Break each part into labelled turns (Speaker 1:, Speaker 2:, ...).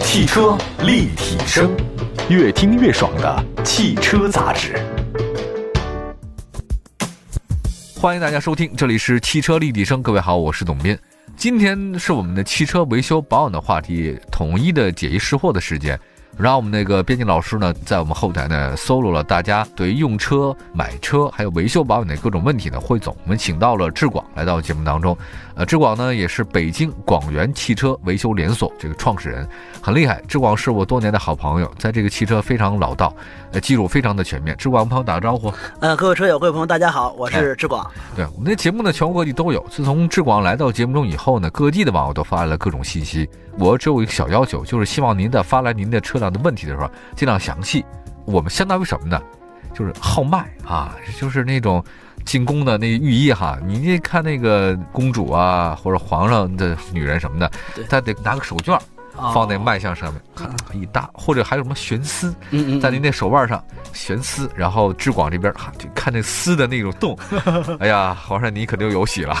Speaker 1: 汽车立体声，越听越爽的汽车杂志。
Speaker 2: 欢迎大家收听，这里是汽车立体声。各位好，我是董斌。今天是我们的汽车维修保养的话题，统一的解决识货的时间。然后我们那个编辑老师呢，在我们后台呢搜罗了大家对于用车、买车还有维修保养的各种问题呢汇总。我们请到了志广来到节目当中，呃，志广呢也是北京广元汽车维修连锁这个创始人，很厉害。志广是我多年的好朋友，在这个汽车非常老道，呃，技术非常的全面。志广朋友打个招呼。
Speaker 3: 呃，各位车友、各位朋友，大家好，我
Speaker 2: 哎
Speaker 3: 是志广。
Speaker 2: 对啊我们的节目呢，全国各地都有。自从志广来到节目中以后呢，各地的网友都发来了各种信息。我只有一个小要求，就是希望您在发来您的车辆的问题的时候，尽量详细。我们相当于什么呢？就是号脉啊，就是那种进宫的那御医哈。你那看那个公主啊，或者皇上的女人什么的
Speaker 3: 对，
Speaker 2: 她得拿个手绢儿放在
Speaker 3: 哦
Speaker 2: 脉象上面，咔一搭，或者还有什么悬丝，
Speaker 3: 嗯嗯，
Speaker 2: 在您那手腕上悬丝，然后志广这边哈、就看这丝的那种动， 哎呀，皇上你肯定有喜了。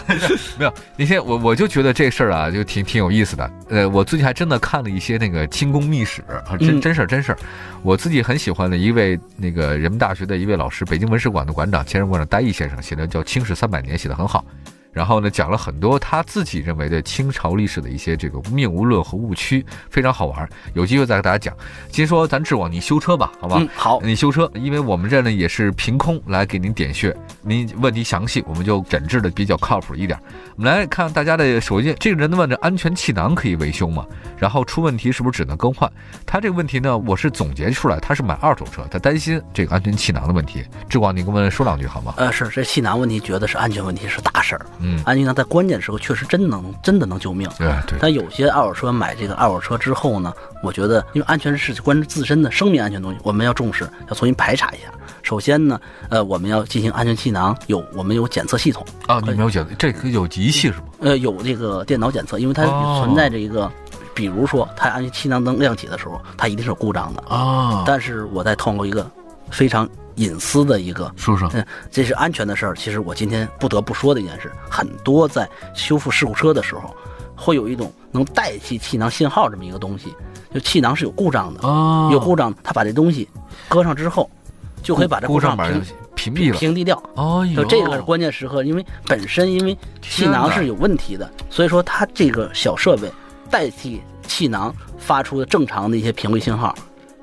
Speaker 2: 没有，那天我我就觉得这事儿啊，就挺挺有意思的。呃，我最近还真的看了一些那个清宫秘史，啊真
Speaker 3: 嗯
Speaker 2: 真事儿真事儿。我自己很喜欢的一位那个人民大学的一位老师，北京文史馆的馆长，前任馆长戴毅先生写的叫《清史三百年》，写的很好。然后呢，讲了很多他自己认为的清朝历史的一些这个谬误论和误区，非常好玩儿。有机会再给大家讲。先说咱志广，你修车吧，好吧？
Speaker 3: 嗯好，
Speaker 2: 你修车，因为我们这呢也是凭空来给您点穴，您问题详细，我们就诊治的比较靠谱一点。我们来看大家的，首先这个人问着安全气囊可以维修吗？然后出问题是不是只能更换？他这个问题呢，我是总结出来，他是买二手车，他担心这个安全气囊的问题。志广，你跟我们说两句好吗？
Speaker 3: 呃，是这气囊问题，觉得是安全问题是大事儿。
Speaker 2: 嗯，
Speaker 3: 安全囊在关键时候确实真能真的能救命。
Speaker 2: 对啊对，
Speaker 3: 但有些二手车买这个二手车之后呢，我觉得因为安全是关于自身的生命安全的东西，我们要重视，要重新排查一下。首先呢，呃，我们要进行安全气囊，有我们有检测系统，
Speaker 2: 啊，你没有讲，这个有仪器是吗？
Speaker 3: 呃，有这个电脑检测，因为它
Speaker 2: 哦
Speaker 3: 存在着一个，比如说它安全气囊灯亮起的时候，它一定是有故障的。
Speaker 2: 啊，
Speaker 3: 但是我在通过一个非常隐私的一个
Speaker 2: 说说，
Speaker 3: 嗯，这是安全的事儿。其实我今天不得不说的一件事，很多在修复事故车的时候，会有一种能代替气囊信号这么一个东西。就气囊是有故障的，
Speaker 2: 啊
Speaker 3: 有故障，他把这东西搁上之后，就可以把这
Speaker 2: 故障板
Speaker 3: 屏
Speaker 2: 屏蔽了。
Speaker 3: 屏蔽掉。
Speaker 2: 哦
Speaker 3: 就
Speaker 2: 呦，
Speaker 3: 这个是关键时刻，因为本身因为气囊是有问题的，所以说它这个小设备代替气囊发出的正常的一些频率信号，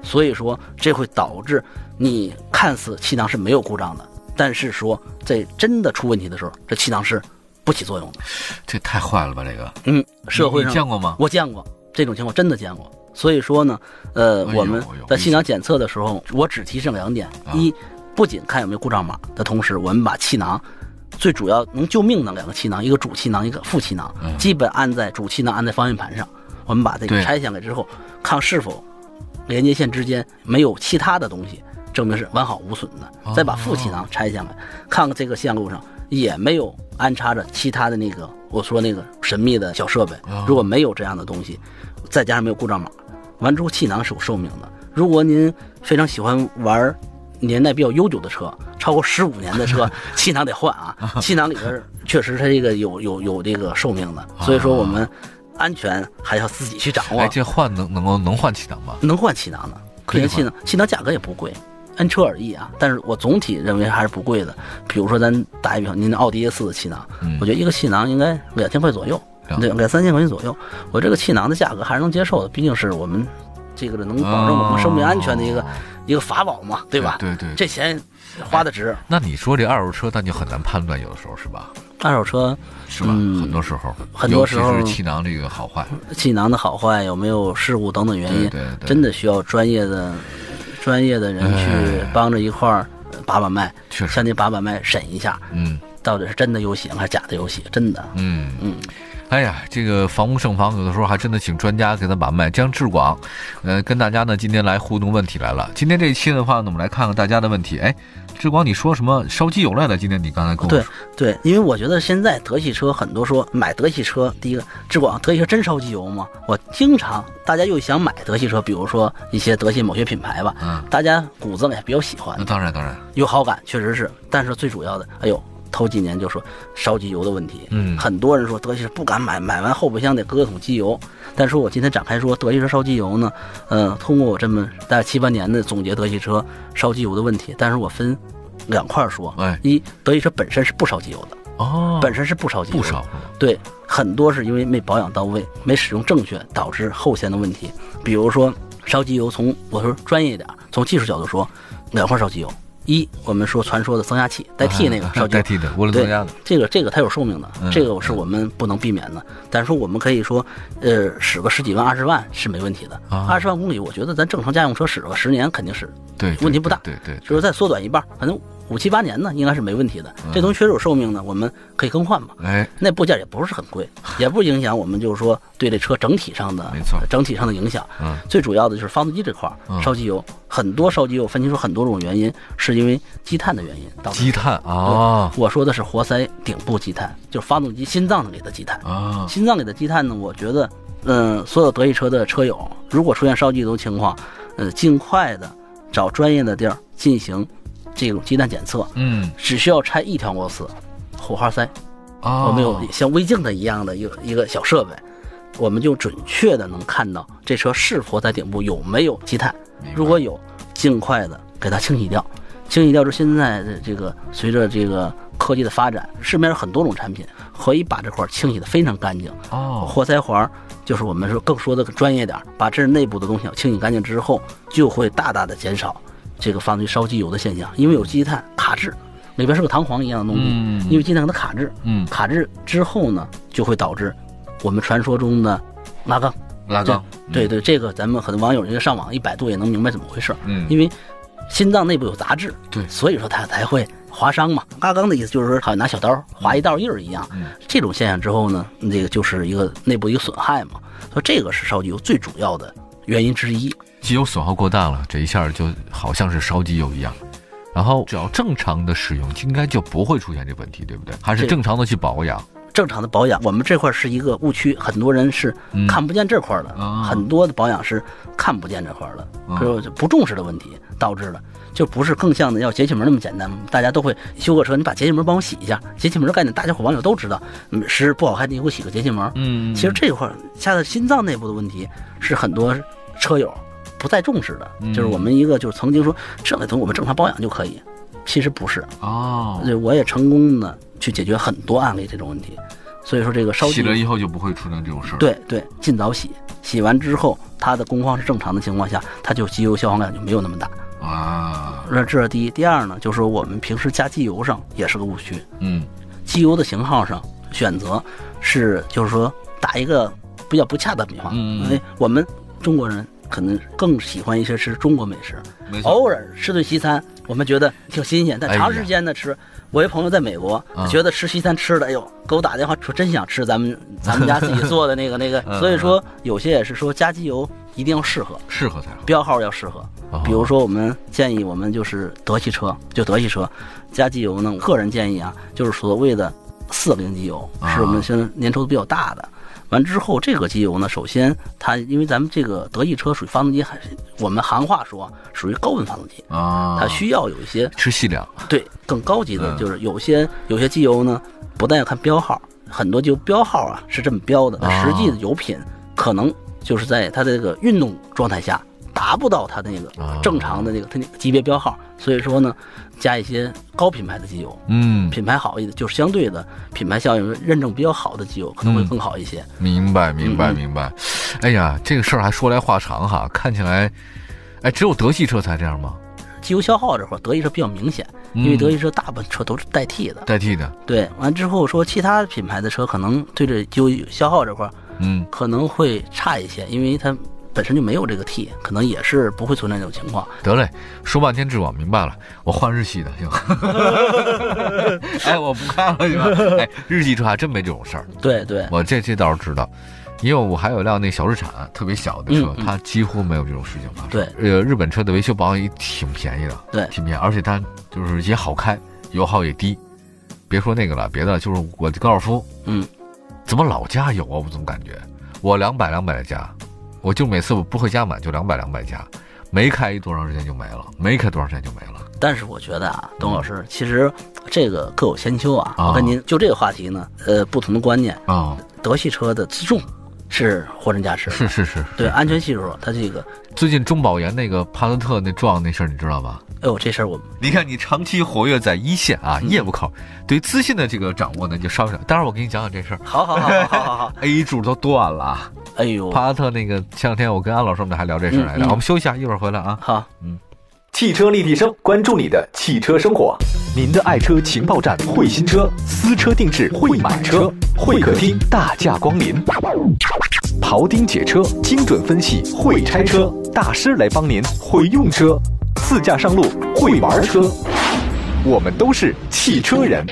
Speaker 3: 所以说这会导致你看似气囊是没有故障的，但是说在真的出问题的时候，这气囊是不起作用的。
Speaker 2: 这太坏了吧？这个
Speaker 3: 嗯，社会
Speaker 2: 你见
Speaker 3: 上
Speaker 2: 过吗？
Speaker 3: 我见过这种情况，真的见过。所以说呢，呃，
Speaker 2: 哎呦
Speaker 3: 我们
Speaker 2: 哎呦
Speaker 3: 在气囊检测的时候，我只提示两点：
Speaker 2: 啊
Speaker 3: 一，不仅看有没有故障码的同时，我们把气囊最主要能救命的两个气囊，一个主气囊，一个副气囊，
Speaker 2: 嗯
Speaker 3: 基本按在主气囊按在方向盘上，我们把这
Speaker 2: 对
Speaker 3: 个拆下来之后，看是否连接线之间没有其他的东西，证明是完好无损
Speaker 2: 哦
Speaker 3: 的。再把副气囊拆下来，看看这个线路上也没有安插着其他的那个我说那个神秘的小设备
Speaker 2: 哦。
Speaker 3: 如果没有这样的东西，再加上没有故障码，完之后气囊是有寿命的。如果您非常喜欢玩年代比较悠久的车，超过十五年的 车，气囊得换啊。气囊里边儿确实它这个有有有这个寿命的，
Speaker 2: 哦
Speaker 3: 所以说我们安全还要自己去掌握。
Speaker 2: 哎，这换能能够能换气囊吗？
Speaker 3: 能换气囊的，
Speaker 2: 可以
Speaker 3: 这些气
Speaker 2: 换
Speaker 3: 囊气囊价格也不贵，按车而异啊。但是我总体认为还是不贵的。比如说咱打一比方，您的奥迪 A 四的气囊，
Speaker 2: 嗯
Speaker 3: 我觉得一个气囊应该两千块左右，
Speaker 2: 两
Speaker 3: 两两三千块钱左右。我这个气囊的价格还是能接受的，毕竟是我们这个能保证我们生命安全的一个、
Speaker 2: 哦
Speaker 3: 一个法宝嘛，对吧？
Speaker 2: 对对对
Speaker 3: 这钱花的值。
Speaker 2: 那你说这二手车，那就很难判断，有的时候是吧？
Speaker 3: 二手车
Speaker 2: 是吧？
Speaker 3: 嗯
Speaker 2: 很多时候，
Speaker 3: 很多时候
Speaker 2: 尤其是气囊这个好坏，
Speaker 3: 气囊的好坏有没有事故等等原因，
Speaker 2: 对对对
Speaker 3: 真的需要专业的专业的人去
Speaker 2: 哎
Speaker 3: 帮着一块儿呃把把脉，
Speaker 2: 确实
Speaker 3: 向，那把把脉审一下，
Speaker 2: 嗯
Speaker 3: 到底是真的有血还是假的有血？真的，
Speaker 2: 嗯
Speaker 3: 嗯。
Speaker 2: 哎呀，这个防不胜防，有的时候还真的请专家给他把脉。江志广，呃，跟大家呢今天来互动问题来了。今天这一期的话呢，我们来看看大家的问题。哎，志广，你说什么烧机油来了？今天你刚才跟我
Speaker 3: 对
Speaker 2: 说，
Speaker 3: 对，因为我觉得现在德系车很多说买德系车，第一个，志广德系车真烧机油吗？我经常大家又想买德系车，比如说一些德系某些品牌吧，
Speaker 2: 嗯，
Speaker 3: 大家骨子里还比较喜欢
Speaker 2: 那，当然当然，
Speaker 3: 有好感，确实是，但是最主要的，哎呦，头几年就说烧机油的问题，
Speaker 2: 嗯
Speaker 3: 很多人说德系车不敢买，买完后备箱得搁桶机油。但是我今天展开说德系车烧机油呢，呃，通过我这么大概七八年的总结德系车烧机油的问题，但是我分两块儿说，
Speaker 2: 哎
Speaker 3: 一德系车本身是不烧机油的，
Speaker 2: 哦，
Speaker 3: 本身是不烧机油
Speaker 2: 不
Speaker 3: 的，
Speaker 2: 少，
Speaker 3: 对，很多是因为没保养到位，没使用正确，导致后线的问题。比如说烧机油从，我说专业一点，从技术角度说，两块烧机油。一，我们说传说的增压器代替那个烧机
Speaker 2: 啊代替
Speaker 3: 油，
Speaker 2: 的涡轮增压的，
Speaker 3: 这个这个它有寿命的
Speaker 2: 嗯，
Speaker 3: 这个是我们不能避免的。但是说我们可以说，呃，使个十几万、二十万是没问题的。
Speaker 2: 啊
Speaker 3: 二十万公里，我觉得咱正常家用车使个十年肯定是，
Speaker 2: 对，
Speaker 3: 问题不大
Speaker 2: 对对，
Speaker 3: 就是再缩短一半，反正五七八年呢，应该是没问题的。
Speaker 2: 嗯
Speaker 3: 这东西确实有寿命呢，我们可以更换嘛。
Speaker 2: 哎，
Speaker 3: 那部件也不是很贵，也不影响我们就是说对这车整体上的
Speaker 2: 没错
Speaker 3: 整体上的影响。
Speaker 2: 嗯，
Speaker 3: 最主要的就是发动机这块儿
Speaker 2: 嗯
Speaker 3: 烧机油，很多烧机油分析出很多种原因，是因为积碳的原因导致。
Speaker 2: 积碳啊
Speaker 3: 我说的是活塞顶部积碳，就是发动机心脏给它积碳。
Speaker 2: 啊，
Speaker 3: 心脏给它积碳呢，我觉得，嗯、所有德系车的车友如果出现烧机油情况，呃，尽快的找专业的地儿进行这种积碳检测，
Speaker 2: 嗯
Speaker 3: 只需要拆一条螺丝，火花塞。
Speaker 2: 啊，
Speaker 3: 我们有像微镜的哦一样的一个一个小设备，我们就准确的能看到这车是否在顶部有没有积碳。
Speaker 2: 明白
Speaker 3: 如果有，尽快的给它清洗掉。清洗掉之后，现在的这个随着这个科技的发展，市面上很多种产品可以把这块儿清洗的非常干净。
Speaker 2: 哦，
Speaker 3: 活塞环儿就是我们说更说的更专业点儿，把这内部的东西啊清洗干净之后，就会大大的减少这个发动机烧机油的现象，因为有积碳卡滞，里边是个弹簧一样的东西，
Speaker 2: 嗯
Speaker 3: 因为积碳给它卡滞，
Speaker 2: 嗯，
Speaker 3: 卡滞之后呢，就会导致我们传说中的拉缸。
Speaker 2: 拉嗯缸，
Speaker 3: 对对，这个咱们很多网友应该上网一百度也能明白怎么回事儿。
Speaker 2: 嗯
Speaker 3: 因为心脏内部有杂质，
Speaker 2: 对
Speaker 3: 所以说它才会划伤嘛。拉缸的意思就是说，好像拿小刀划一道印儿一样。
Speaker 2: 嗯
Speaker 3: 这种现象之后呢，这个就是一个内部一个损害嘛。所以这个是烧机油最主要的原因之一。
Speaker 2: 机油损耗过大了，这一下就好像是烧机油一样。然后只要正常的使用，应该就不会出现这问题，对不对？还是
Speaker 3: 这
Speaker 2: 正常的去保养，
Speaker 3: 正常的保养，我们这块儿是一个误区，很多人是
Speaker 2: 嗯
Speaker 3: 看不见这块儿的，
Speaker 2: 啊
Speaker 3: 很多的保养是看不见这块儿的，
Speaker 2: 啊
Speaker 3: 就是不重视的问题导致的，就不是更像的要节气门那么简单。大家都会修个车，你把节气门帮我洗一下，节气门概念大家伙网友都知道，嗯，时不好看你给我洗个节气门。
Speaker 2: 嗯
Speaker 3: 其实这块儿加在心脏内部的问题是很多车友不再重视的，
Speaker 2: 嗯
Speaker 3: 就是我们一个就是曾经说这个东西我们正常保养就可以，其实不是，
Speaker 2: 哦，
Speaker 3: 对，我也成功的去解决很多案例这种问题，所以说这个烧
Speaker 2: 洗
Speaker 3: 机
Speaker 2: 了以后就不会出现这种事儿。，
Speaker 3: 对对，尽早洗，洗完之后它的工况是正常的情况下，它就机油消耗量就没有那么大。
Speaker 2: 啊，
Speaker 3: 这这是第一，第二呢，就是说我们平时加机油上也是个误区，
Speaker 2: 嗯，
Speaker 3: 机油的型号上选择是就是说打一个比较不恰当的比方，
Speaker 2: 嗯
Speaker 3: 因为我们中国人可能更喜欢一些吃中国美食，
Speaker 2: 没错，
Speaker 3: 偶尔吃顿西餐，我们觉得挺新鲜，但
Speaker 2: 哎呀
Speaker 3: 长时间的吃，我一朋友在美国，
Speaker 2: 嗯
Speaker 3: 觉得吃西餐吃的，哎呦，给我打电话说真想吃咱们咱们家自己做的那个那个
Speaker 2: 嗯，
Speaker 3: 所以说有些也是说加机油一定要适合，
Speaker 2: 适合才好。
Speaker 3: 标号要适合
Speaker 2: 哦。
Speaker 3: 比如说，我们建议我们就是德系车，就德系车加机油呢，我个人建议啊，就是所谓的四零机油，
Speaker 2: 啊
Speaker 3: 是我们现在年头比较大的。完之后，这个机油呢，首先它因为咱们这个德系车属于发动机，还是我们行话说啊属于高温发动机，
Speaker 2: 啊，
Speaker 3: 它需要有一些
Speaker 2: 吃细粮，
Speaker 3: 对更高级的
Speaker 2: 嗯，
Speaker 3: 就是有些有些机油呢，不但要看标号，很多就标号啊是这么标的，
Speaker 2: 啊
Speaker 3: 实际的油品可能就是在它这个运动状态下达不到它那个
Speaker 2: 啊
Speaker 3: 正常的那个它那个级别标号，所以说呢，加一些高品牌的机油，
Speaker 2: 嗯，
Speaker 3: 品牌好一点，就是相对的品牌效应认证比较好的机油可能会
Speaker 2: 嗯
Speaker 3: 更好一些。
Speaker 2: 明白，明白，
Speaker 3: 嗯嗯
Speaker 2: 明白。哎呀，这个事儿还说来话长哈，看起来，哎，只有德系车才这样吗？
Speaker 3: 机油消耗这块儿，德系车比较明显，因为德
Speaker 2: 嗯
Speaker 3: 系车大部分车都是代替的。
Speaker 2: 代替的，
Speaker 3: 对，完之后说其他品牌的车可能对这机油消耗这块儿
Speaker 2: 嗯，
Speaker 3: 可能会差一些，因为它本身就没有这个 T，可能也是不会存在这种情况。
Speaker 2: 得嘞，说半天致网明白了，我换日系的 行。哎，我不看了行吧？哎，日系车还真没这种事儿，
Speaker 3: 对对，
Speaker 2: 我这这倒是知道。因为我还有辆那小日产，特别小的车，
Speaker 3: 嗯嗯
Speaker 2: 它几乎没有这种事情发生。
Speaker 3: 对
Speaker 2: 呃，日本车的维修保养也挺便宜的，
Speaker 3: 对
Speaker 2: 挺便宜，而且它就是也好开，油耗也低。别说那个了，别的就是我高尔夫，
Speaker 3: 嗯，
Speaker 2: 怎么老加油啊？我总感觉我两百两百的加，我就每次我不回家买就两百两百加，没开多长时间就没了，没开多长时间就没了。
Speaker 3: 但是我觉得啊，董老师，其实这个各有千秋啊。
Speaker 2: 啊
Speaker 3: 我跟您就这个话题呢，呃，不同的观念，
Speaker 2: 啊，
Speaker 3: 德系车的自重是货真价实的，
Speaker 2: 是是是，
Speaker 3: 对安全系数，它这个，
Speaker 2: 最近中保研那个帕萨特那撞那事儿，你知道吧？
Speaker 3: 哎呦，这事儿我
Speaker 2: 你看，你长期活跃在一线啊，业务口，对资讯的这个掌握呢，就稍微少。待会儿我给你讲讲这事儿。
Speaker 3: 好好好好好好好，
Speaker 2: A 柱都断了啊，
Speaker 3: 哎呦，
Speaker 2: 帕萨特那个前两天我跟安老师我们还聊这事儿来着，
Speaker 3: 嗯嗯
Speaker 2: 我们休息一下，一会儿回来啊。
Speaker 3: 好，
Speaker 1: 汽车立体声，关注你的汽车生活，您的爱车情报站，会新车，私车定制，会买车，会客厅大驾光临，庖丁解车，精准分析，会拆车，大师来帮您，会用车，自驾上路，会玩车，我们都是汽车人。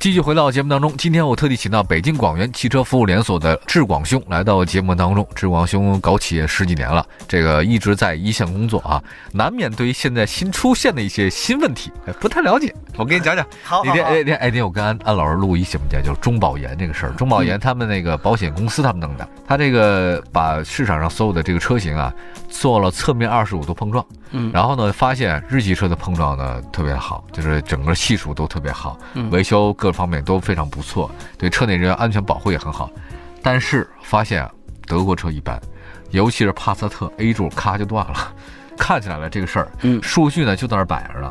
Speaker 2: 继续回到节目当中，今天我特地请到北京广元汽车服务连锁的志广兄来到节目当中。志广兄搞企业十几年了，这个一直在一线工作啊，难免对于现在新出现的一些新问题哎不太了解。我给你讲讲，
Speaker 3: 好
Speaker 2: 那天哎那天哎那天我跟安安老师录一节目，就是中保研这个事儿。中保研他们那个保险公司他们弄的，他这个把市场上所有的这个车型啊，做了侧面二十五度碰撞，
Speaker 3: 嗯
Speaker 2: 然后呢发现日系车的碰撞呢特别好，就是整个系数都特别好，
Speaker 3: 嗯
Speaker 2: 维修各方面都非常不错，对车内人员安全保护也很好。但是发现啊德国车一般，尤其是帕萨特 A 柱咔就断了， 看起来了这个事儿，
Speaker 3: 嗯
Speaker 2: 数据呢就在那儿摆着呢，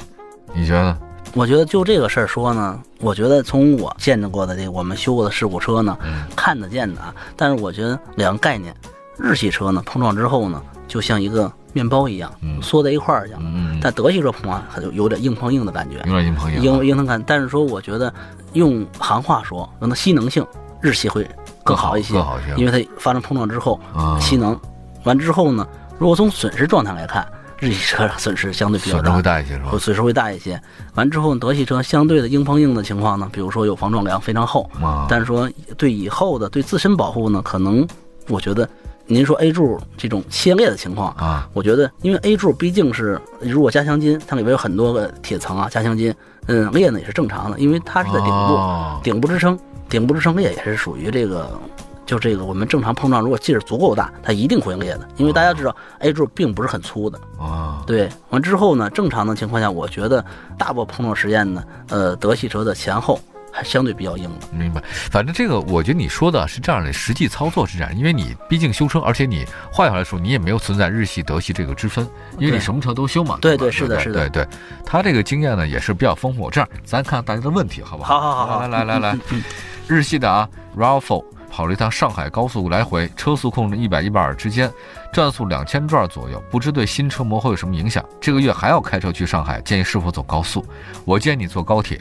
Speaker 2: 你觉得呢？
Speaker 3: 我觉得就这个事儿说呢，我觉得从我见着过的这个我们修过的事故车呢，
Speaker 2: 嗯
Speaker 3: 看得见的啊，但是我觉得两个概念，日系车呢碰撞之后呢，就像一个面包一样
Speaker 2: 嗯
Speaker 3: 缩在一块儿一样，
Speaker 2: 嗯，
Speaker 3: 但德系车碰撞它就有点硬碰硬的感觉，
Speaker 2: 有点硬碰硬
Speaker 3: 硬
Speaker 2: 啊，
Speaker 3: 硬能感。但是说我觉得用行话说，让它吸能性，日系会更好一些，
Speaker 2: 更好一些，
Speaker 3: 因为它发生碰撞之后
Speaker 2: 啊
Speaker 3: 吸能，完之后呢，如果从损失状态来看，日系车损失相对比较
Speaker 2: 损失会
Speaker 3: 大。
Speaker 2: 大一些是吧
Speaker 3: 会？损失会大一些，完之后德系车相对的硬碰硬的情况呢，比如说有防撞梁非常厚，
Speaker 2: 啊，
Speaker 3: 但是说对以后的对自身保护呢，可能我觉得您说 A 柱这种切裂的情况，
Speaker 2: 啊，
Speaker 3: 我觉得因为 A 柱毕竟是如果加强筋，它里边有很多个铁层啊，加强筋，嗯，裂呢也是正常的，因为它是在顶部，
Speaker 2: 哦
Speaker 3: 顶部支撑，顶部支撑裂也是属于这个。就这个，我们正常碰撞，如果劲儿足够大，它一定会裂的。因为大家知道，A 柱并不是很粗的，
Speaker 2: 啊，
Speaker 3: 对，完之后呢，正常的情况下，我觉得大部分碰撞实验呢，呃，德系车的前后还相对比较硬的。
Speaker 2: 明白。反正这个，我觉得你说的是这样的，实际操作是这样，因为你毕竟修车，而且你换下来说，你也没有存在日系、德系这个之分，因为你
Speaker 3: 对
Speaker 2: 什么车都修嘛。
Speaker 3: 对
Speaker 2: 吧
Speaker 3: 对是的
Speaker 2: 对
Speaker 3: 是的
Speaker 2: 对对，他这个经验呢也是比较丰富。这样，咱看大家的问题，好不好？
Speaker 3: 好好好
Speaker 2: 来来来来， 日系的啊 r a f l 跑了一趟上海高速来回，车速控制一百一百二之间，转速两千转左右，不知对新车磨合有什么影响？这个月还要开车去上海，建议是否走高速？我建议你坐高铁，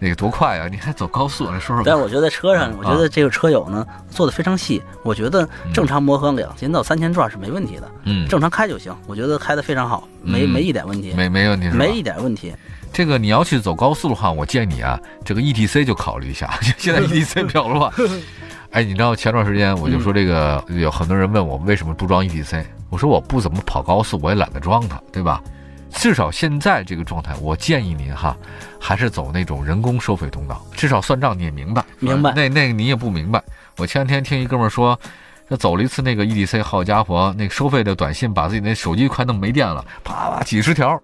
Speaker 2: 那个多快啊！你还走高速？来说说看。
Speaker 3: 但是我觉得在车上，我觉得这个车友呢做的非常细，我觉得正常磨合两千到三千转是没问题的，
Speaker 2: 嗯，
Speaker 3: 正常开就行。我觉得开的非常好，没
Speaker 2: 嗯
Speaker 3: 没一点问题，
Speaker 2: 没没问题是吧？
Speaker 3: 没一点问题。
Speaker 2: 这个你要去走高速的话，我建议你啊，这个 E T C 就考虑一下。 现在 E T C 表的话，哎，你知道前段时间我就说这个，有很多人问我为什么不装 E T C，我说我不怎么跑高速，我也懒得装它，对吧？至少现在这个状态，我建议您哈，还是走那种人工收费通道，至少算账你也明白。
Speaker 3: 明白
Speaker 2: 那那个你也不明白。我前两天听一哥们儿说，他走了一次那个 E D C，好家伙，那个收费的短信把自己那手机快弄没电了，啪啪几十条，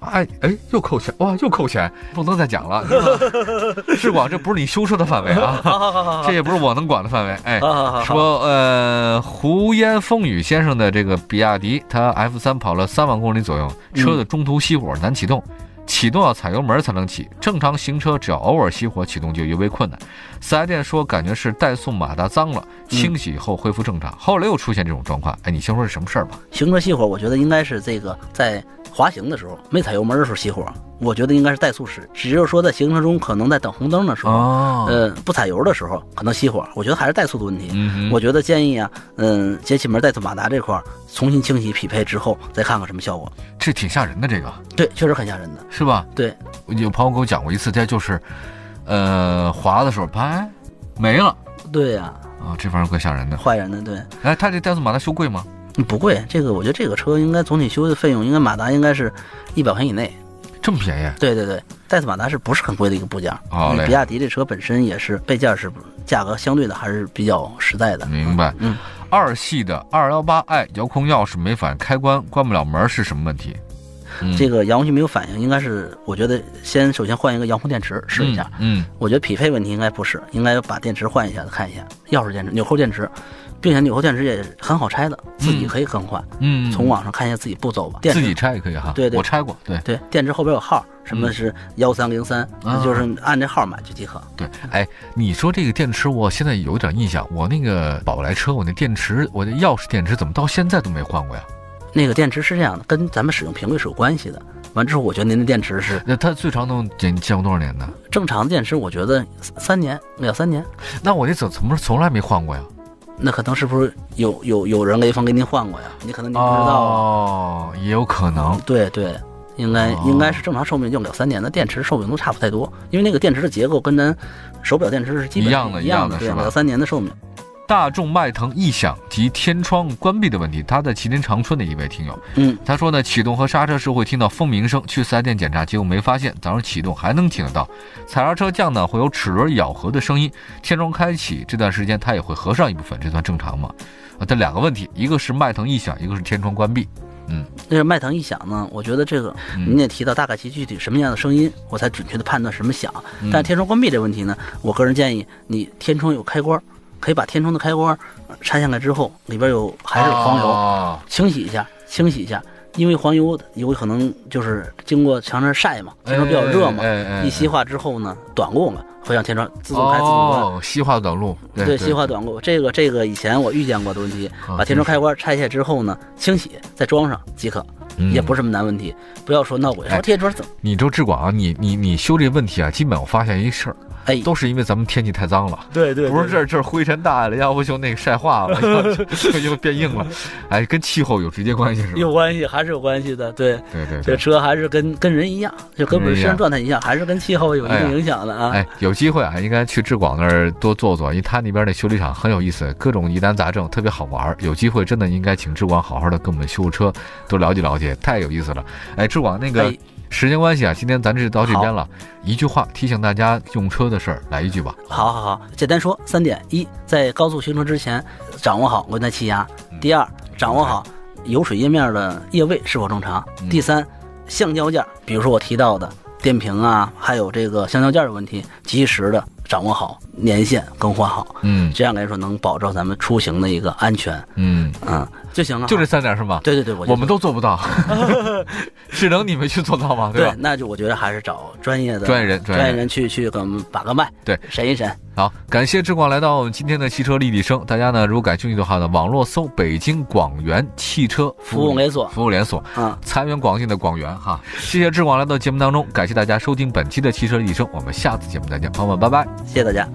Speaker 2: 哎哎，又扣钱哇，又扣钱，不能再讲了。 志广，这不是你修车的范围啊，
Speaker 3: 好好 好
Speaker 2: 这也不是我能管的范围。哎，
Speaker 3: 好好好好，
Speaker 2: 说呃，胡烟风雨先生的这个比亚迪，它 F 三跑了三万公里左右，
Speaker 3: 嗯
Speaker 2: 车子中途熄火难启动，启动要踩油门才能起。正常行车只要偶尔熄火启动就尤为困难。四 S 店说感觉是怠速马达脏了，
Speaker 3: 嗯
Speaker 2: 清洗以后恢复正常。后来又出现这种状况，哎，你先说是什么事儿吧？
Speaker 3: 行车熄火，我觉得应该是这个在滑行的时候没踩油门的时候熄火，我觉得应该是怠速时，只是说在行车中可能在等红灯的时候，
Speaker 2: 哦，
Speaker 3: 呃，不踩油的时候可能熄火，我觉得还是怠速的问题。
Speaker 2: 嗯
Speaker 3: 我觉得建议啊，嗯，节气门带走马达这块儿重新清洗匹配之后，再看看什么效果。
Speaker 2: 哼，这挺吓人的，这个
Speaker 3: 对，确实很吓人的。
Speaker 2: 是吧？
Speaker 3: 对，
Speaker 2: 有朋友给我讲过一次，他就是，呃，滑的时候啪没了
Speaker 3: 对呀、
Speaker 2: 啊，这玩意儿怪吓人的。
Speaker 3: 坏人的对，
Speaker 2: 哎，他这怠速马达修贵吗？
Speaker 3: 嗯不贵。这个我觉得这个车应该总体修的费用，应该马达应该是一百块钱以内。
Speaker 2: 这么便宜？
Speaker 3: 对对对，带子马达是不是很贵的一个部件？
Speaker 2: 好嘞
Speaker 3: 因为比亚迪这车本身也是备件是价格相对的还是比较实在的。
Speaker 2: 明白。
Speaker 3: 嗯，
Speaker 2: 二系的二幺八 i 遥控钥匙没反开关，关不了门是什么问题？嗯
Speaker 3: 这个遥控器没有反应，应该是我觉得先首先换一个遥控电池试一下。
Speaker 2: 嗯，
Speaker 3: 我觉得匹配问题应该不是，应该把电池换一下，看一下钥匙电池、纽扣电池，并且纽扣电池也很好拆的，自己可以更换。
Speaker 2: 嗯嗯，
Speaker 3: 从网上看一下自己步骤吧。电
Speaker 2: 自
Speaker 3: 池
Speaker 2: 己拆也可以哈。
Speaker 3: 对对
Speaker 2: 我拆过。对
Speaker 3: 对，电池后边有号，什
Speaker 2: 嗯
Speaker 3: 么是幺三零三，
Speaker 2: 啊
Speaker 3: 那就是按这号买就即可。
Speaker 2: 对，哎，你说这个电池，我现在有点印象，我那个宝来车，我那电池，我的钥匙电池怎么到现在都没换过呀？
Speaker 3: 那个电池是这样的，跟咱们使用频率是有关系的。完之后，我觉得您的电池是
Speaker 2: 那它最长能见见过多少年呢？
Speaker 3: 正常的电池，我觉得三年两三年，
Speaker 2: 那我这怎怎么从来没换过呀？
Speaker 3: 那可能是不是有有有人雷锋给您换过呀？你可能您不知道啊。
Speaker 2: 哦，也有可能。
Speaker 3: 对对，应该
Speaker 2: 哦
Speaker 3: 应该是正常寿命用两三年的电池寿命都差不太多，因为那个电池的结构跟咱手表电池是基本
Speaker 2: 一样的
Speaker 3: 一
Speaker 2: 一
Speaker 3: 样
Speaker 2: 样的
Speaker 3: 对，
Speaker 2: 是吧
Speaker 3: 两三年的寿命。
Speaker 2: 大众迈腾异响及天窗关闭的问题，他在吉林长春的一位听友，
Speaker 3: 嗯，
Speaker 2: 他说呢，启动和刹车时会听到蜂鸣声，去四 S 店检查，结果没发现，早上启动还能听得到。踩刹车降呢会有齿轮咬合的声音，天窗开启这段时间它也会合上一部分，这算正常吗？啊，这两个问题，一个是迈腾异响，一个是天窗关闭。
Speaker 3: 那是迈腾一响呢，我觉得这个
Speaker 2: 嗯
Speaker 3: 您也提到大概其具体什么样的声音，我才准确的判断什么响。
Speaker 2: 嗯
Speaker 3: 但是天窗关闭这问题呢，我个人建议你天窗有开关，可以把天窗的开关呃拆下来之后，里边有还是有黄油，
Speaker 2: 哦
Speaker 3: 清洗一下，清洗一下，因为黄油有可能就是经过强热晒嘛，天窗比较热嘛，
Speaker 2: 哎哎哎哎
Speaker 3: 一吸化之后呢，短路了，会让天窗自动开自动关。
Speaker 2: 哦，西化短路，对
Speaker 3: 西化短路，这个这个以前我遇见过的问题，
Speaker 2: 啊
Speaker 3: 把天窗开关拆下之后呢，清洗再装上即可，
Speaker 2: 嗯
Speaker 3: 也不是什么难问题。不要说闹鬼，
Speaker 2: 哎
Speaker 3: 说天窗怎么？
Speaker 2: 你周志广啊，你你你修这问题啊，基本我发现一事儿，
Speaker 3: 哎，
Speaker 2: 都是因为咱们天气太脏了。
Speaker 3: 对对
Speaker 2: 不是这儿这儿灰尘大了，要不就那个晒化了， 要不就就变硬了，哎，跟气候有直接关系是吧？
Speaker 3: 有关系，还是有关系的。对，
Speaker 2: 对对
Speaker 3: 这
Speaker 2: 对，
Speaker 3: 车还是跟跟人一样，就跟我们身上状态一样，还是跟气候有一
Speaker 2: 哎呀
Speaker 3: 定影响的啊。
Speaker 2: 哎，有机会啊，应该去志广那儿多坐坐，因为他那边的修理厂很有意思，各种疑难杂症特别好玩儿。有机会真的应该请志广好好的跟我们修车多了解了解，太有意思了。哎，志广那个
Speaker 3: 哎
Speaker 2: 时间关系啊，今天咱就到这边了。一句话提醒大家用车的事儿，来一句吧。
Speaker 3: 好好好，简单说三点：一，在高速行车之前，掌握好轮胎气压；
Speaker 2: 嗯
Speaker 3: 第二，掌握好油水液面的液位是否正常；
Speaker 2: 嗯
Speaker 3: 第三，橡胶件儿，比如说我提到的电瓶啊，还有这个橡胶件儿的问题，及时的掌握好年限更换好，
Speaker 2: 嗯
Speaker 3: 这样来说能保证咱们出行的一个安全，
Speaker 2: 嗯，
Speaker 3: 嗯，就行了。
Speaker 2: 就这，三点是吗？
Speaker 3: 对对对，我
Speaker 2: 我们都做不 到，只能你们去做到嘛，
Speaker 3: 对
Speaker 2: 吧，？
Speaker 3: 那就我觉得还是找专业的
Speaker 2: 专业人专业
Speaker 3: 专业
Speaker 2: 人
Speaker 3: 人去去给我们把个脉，
Speaker 2: 对，
Speaker 3: 审一审。
Speaker 2: 好，感谢志广来到我们今天的汽车立体声。大家呢，如果感兴趣的话呢，网络搜北京广元汽车
Speaker 3: 服务连锁
Speaker 2: 服务连锁，
Speaker 3: 嗯，
Speaker 2: 财源广进的广元哈。谢谢志广来到节目当中，感谢大家收听本期的汽车立体声，我们下次节目再见，朋友们，拜拜。
Speaker 3: 谢谢大家。